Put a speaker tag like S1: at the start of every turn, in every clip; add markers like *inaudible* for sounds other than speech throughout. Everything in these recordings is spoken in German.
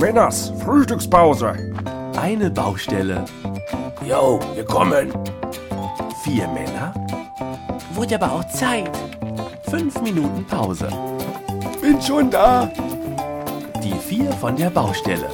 S1: Männers, Frühstückspause.
S2: Eine Baustelle.
S1: Yo, wir kommen.
S2: Vier Männer. Wurde aber auch Zeit. Fünf Minuten Pause.
S1: Bin schon da.
S2: Die vier von der Baustelle.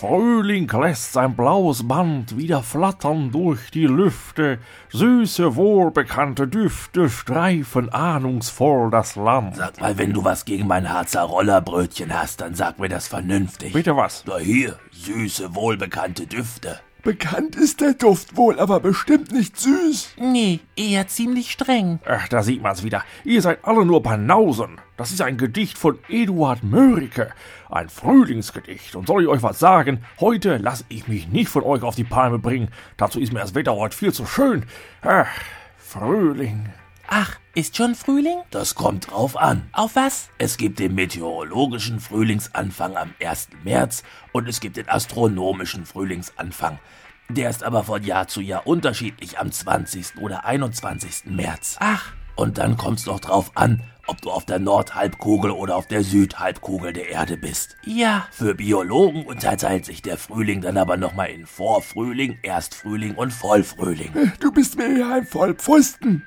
S1: Frühling lässt sein blaues Band wieder flattern durch die Lüfte. Süße, wohlbekannte Düfte streifen ahnungsvoll das Land.
S2: Sag mal, wenn du was gegen mein Harzer Rollerbrötchen hast, dann sag mir das vernünftig.
S1: Bitte was?
S2: Na hier, süße, wohlbekannte Düfte.
S3: Bekannt ist der Duft wohl, aber bestimmt nicht süß.
S4: Nee, eher ziemlich streng.
S1: Ach, da sieht man's wieder. Ihr seid alle nur Banausen. Das ist ein Gedicht von Eduard Mörike. Ein Frühlingsgedicht. Und soll ich euch was sagen? Heute lasse ich mich nicht von euch auf die Palme bringen. Dazu ist mir das Wetter heute viel zu schön. Ach, Frühling.
S4: Ach, ist schon Frühling?
S2: Das kommt drauf an.
S4: Auf was?
S2: Es gibt den meteorologischen Frühlingsanfang am 1. März und es gibt den astronomischen Frühlingsanfang. Der ist aber von Jahr zu Jahr unterschiedlich am 20. oder 21. März.
S4: Ach,
S2: Und dann kommt's noch drauf an, ob du auf der Nordhalbkugel oder auf der Südhalbkugel der Erde bist.
S4: ja.
S2: Für Biologen unterteilt sich der Frühling dann aber nochmal in Vorfrühling, Erstfrühling und Vollfrühling.
S3: Du bist mir ja ein Vollpfosten.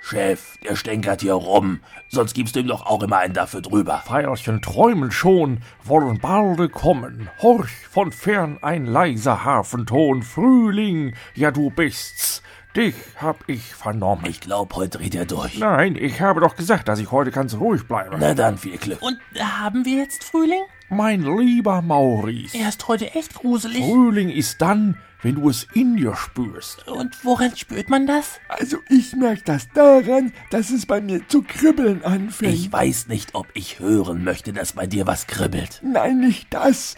S2: Chef, der stänkert hier rum, sonst gibst du ihm doch auch immer einen dafür drüber.
S1: Feierchen träumen schon, wollen balde kommen. Horch, von fern ein leiser Hafenton. Frühling, ja du bist's. Dich hab ich vernommen.
S2: Ich glaub, heute dreht er durch.
S1: Nein, ich habe doch gesagt, dass ich heute ganz ruhig bleibe.
S2: Na dann, viel Glück.
S4: Und äh, haben wir jetzt Frühling?
S1: Mein lieber Maurice,
S4: Er ist heute echt gruselig.
S1: Frühling ist dann, wenn du es in dir spürst.
S4: Und woran spürt man das?
S3: Also ich merke das daran, dass es bei mir zu kribbeln anfängt.
S2: Ich weiß nicht, ob ich hören möchte, dass bei dir was kribbelt.
S3: Nein, nicht das.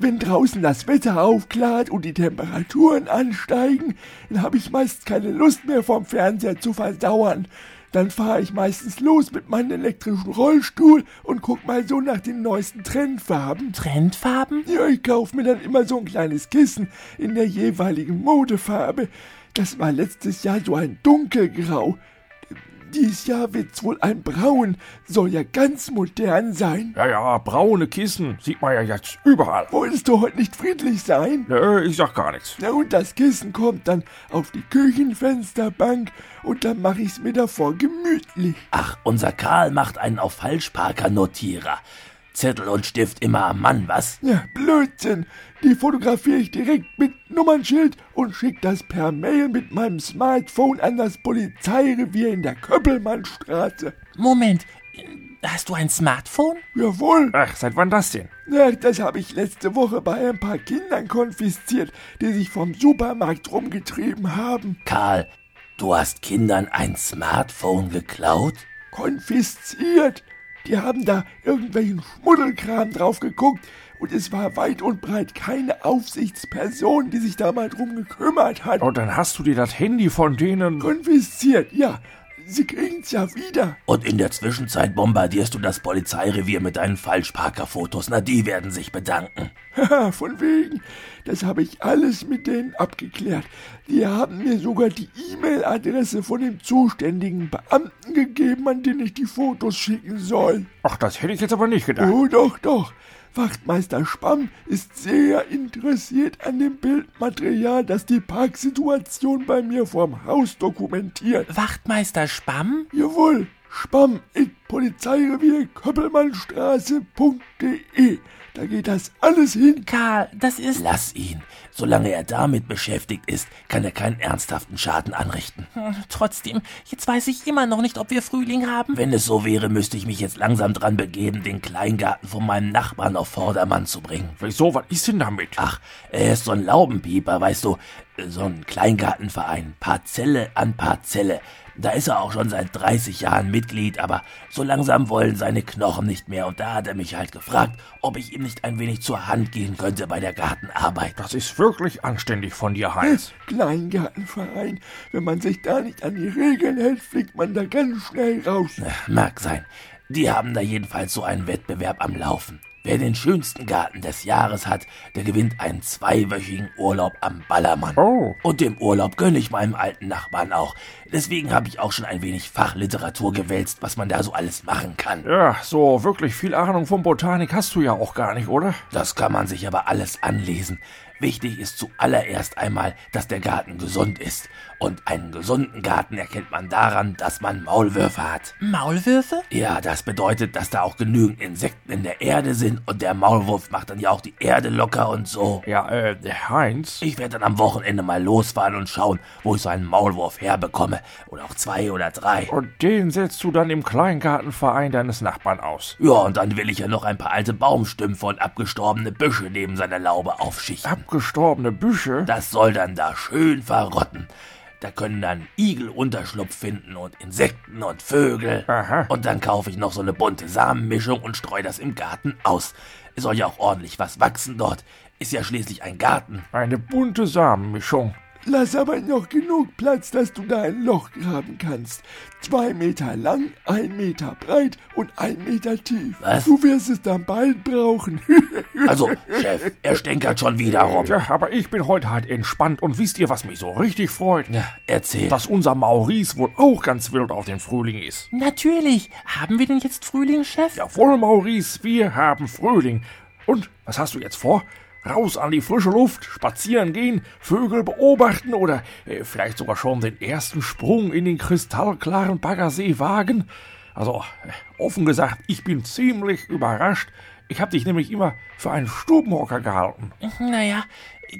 S3: Wenn draußen das Wetter aufklart und die Temperaturen ansteigen, dann habe ich meist keine Lust mehr vom Fernseher zu versauern. Dann fahre ich meistens los mit meinem elektrischen Rollstuhl und guck mal so nach den neuesten Trendfarben.
S4: Trendfarben?
S3: Ja, ich kaufe mir dann immer so ein kleines Kissen in der jeweiligen Modefarbe. Das war letztes Jahr so ein dunkelgrau. Dies Jahr wird's wohl ein braun, soll ja ganz modern sein.
S1: Ja, ja, braune Kissen sieht man ja jetzt überall.
S3: Wolltest du heute nicht friedlich sein?
S1: Nö, ich sag gar nichts.
S3: Na und das Kissen kommt dann auf die Küchenfensterbank und dann mach ich's mir davor gemütlich.
S2: Ach, unser Karl macht einen auf Falschparker-Notierer. Zettel und Stift immer am Mann, was?
S3: Ja, Blödsinn. Die fotografiere ich direkt mit Nummernschild und schick das per Mail mit meinem Smartphone an das Polizeirevier in der Köppelmannstraße.
S4: Moment, hast du ein Smartphone?
S3: Jawohl.
S1: Ach, seit wann das denn?
S3: Ja, das habe ich letzte Woche bei ein paar Kindern konfisziert, die sich vom Supermarkt rumgetrieben haben.
S2: Karl, du hast Kindern ein Smartphone geklaut?
S3: Konfisziert. Die haben da irgendwelchen Schmuddelkram drauf geguckt und es war weit und breit keine Aufsichtsperson, die sich da mal drum gekümmert hat.
S1: Und dann hast du dir das Handy von denen...
S3: Konfisziert, ja. Sie kriegen's ja wieder. *laughs*
S2: Und in der Zwischenzeit bombardierst du das Polizeirevier mit deinen Falschparker-Fotos. Na, die werden sich bedanken.
S3: Haha, von wegen. Das habe ich alles mit denen abgeklärt. Die haben mir sogar die E-Mail-Adresse von dem zuständigen Beamten gegeben, an den ich die Fotos schicken soll.
S1: Ach, das hätte ich jetzt aber nicht gedacht.
S3: Oh, doch, doch. Wachtmeister Spamm ist sehr interessiert an dem Bildmaterial, das die Parksituation bei mir vorm Haus dokumentiert.
S4: Wachtmeister Spamm?
S3: Jawohl, Spamm in Polizeirevier Köppelmannstraße.de. Da geht das alles hin.
S4: Karl, das ist...
S2: Lass ihn. Solange er damit beschäftigt ist, kann er keinen ernsthaften Schaden anrichten.
S4: Hm, Trotzdem, jetzt weiß ich immer noch nicht, ob wir Frühling haben.
S2: Wenn es so wäre, müsste ich mich jetzt langsam dran begeben, den Kleingarten von meinem Nachbarn auf Vordermann zu bringen.
S1: Wieso, was ist denn damit?
S2: Ach, er ist so ein Laubenpieper, weißt du, so ein Kleingartenverein, Parzelle an Parzelle. Da ist er auch schon seit 30 Jahren Mitglied, aber so langsam wollen seine Knochen nicht mehr und da hat er mich halt gefragt, ob ich ihm nicht ein wenig zur Hand gehen könnte bei der Gartenarbeit.
S1: Das ist wirklich anständig von dir, Heinz.
S3: Kleingartenverein. Wenn man sich da nicht an die Regeln hält, fliegt man da ganz schnell raus.
S2: Äh, Mag sein. Die haben da jedenfalls so einen Wettbewerb am Laufen. Wer den schönsten Garten des Jahres hat, der gewinnt einen zweiwöchigen Urlaub am Ballermann.
S1: Oh.
S2: Und dem Urlaub gönne ich meinem alten Nachbarn auch. Deswegen habe ich auch schon ein wenig Fachliteratur gewälzt, was man da so alles machen kann.
S1: Ja, so wirklich viel Ahnung von Botanik hast du ja auch gar nicht, oder?
S2: Das kann man sich aber alles anlesen. Wichtig ist zuallererst einmal, dass der Garten gesund ist. Und einen gesunden Garten erkennt man daran, dass man Maulwürfe hat.
S4: Maulwürfe?
S2: Ja, das bedeutet, dass da auch genügend Insekten in der Erde sind und der Maulwurf macht dann ja auch die Erde locker und so.
S1: Ja, äh, Heinz?
S2: Ich werde dann am Wochenende mal losfahren und schauen, wo ich so einen Maulwurf herbekomme. Oder auch zwei oder drei.
S1: Und den setzt du dann im Kleingartenverein deines Nachbarn aus.
S2: Ja, und dann will ich ja noch ein paar alte Baumstümpfe und abgestorbene Büsche neben seiner Laube aufschichten.
S1: Abgestorbene Büsche?
S2: Das soll dann da schön verrotten. Da können dann Igel Unterschlupf finden und Insekten und Vögel.
S1: Aha.
S2: Und dann kaufe ich noch so eine bunte Samenmischung und streue das im Garten aus. Es soll ja auch ordentlich was wachsen dort. Ist ja schließlich ein Garten.
S1: Eine bunte Samenmischung.
S3: Lass aber noch genug Platz, dass du da ein Loch graben kannst. Zwei Meter lang, ein Meter breit und ein Meter tief.
S2: Was?
S3: Du wirst es dann bald brauchen. *laughs*
S4: *laughs*
S2: Also, Chef, er stänkert schon wieder rum.
S1: Tja, aber ich bin heute halt entspannt und wisst ihr, was mich so richtig freut?
S2: Erzähl.
S1: Dass unser Maurice wohl auch ganz wild auf den Frühling ist.
S4: Natürlich. Haben wir denn jetzt Frühling, Chef?
S1: Jawohl, Maurice, wir haben Frühling. Und was hast du jetzt vor? Raus an die frische Luft, spazieren gehen, Vögel beobachten oder äh, vielleicht sogar schon den ersten Sprung in den kristallklaren Baggersee wagen? Also, äh, offen gesagt, ich bin ziemlich überrascht. Ich habe dich nämlich immer für einen Stubenhocker gehalten.
S4: Naja,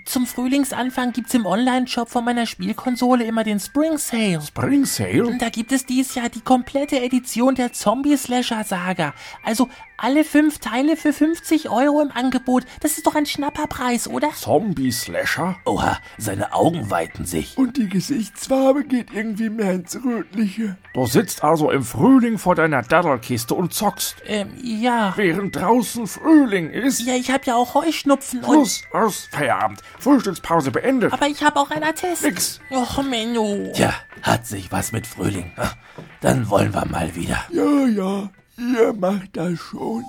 S4: zum Frühlingsanfang gibt's im Online-Shop von meiner Spielkonsole immer den Spring Sale.
S1: Spring Sale?
S4: Da gibt es dieses Jahr die komplette Edition der Zombie-Slasher-Saga. Also alle fünf Teile für 50 Euro im Angebot. Das ist doch ein Schnapperpreis, oder?
S1: Zombie-Slasher?
S2: Oha, seine Augen weiten sich.
S3: Und die Gesichtsfarbe geht irgendwie mehr ins Rötliche.
S1: Du sitzt also im Frühling vor deiner Daddelkiste und zockst,
S4: Ähm, ja.
S1: während draußen Frühling ist.
S4: Ja, ich hab ja auch Heuschnupfen und...
S1: Schluss, aus, Feierabend. Frühstückspause beendet.
S4: Aber ich hab auch einen Attest.
S1: Nix.
S4: Och, Menno.
S2: Tja, hat sich was mit Frühling. Dann wollen wir mal wieder.
S3: Ja, ja, ihr macht das schon.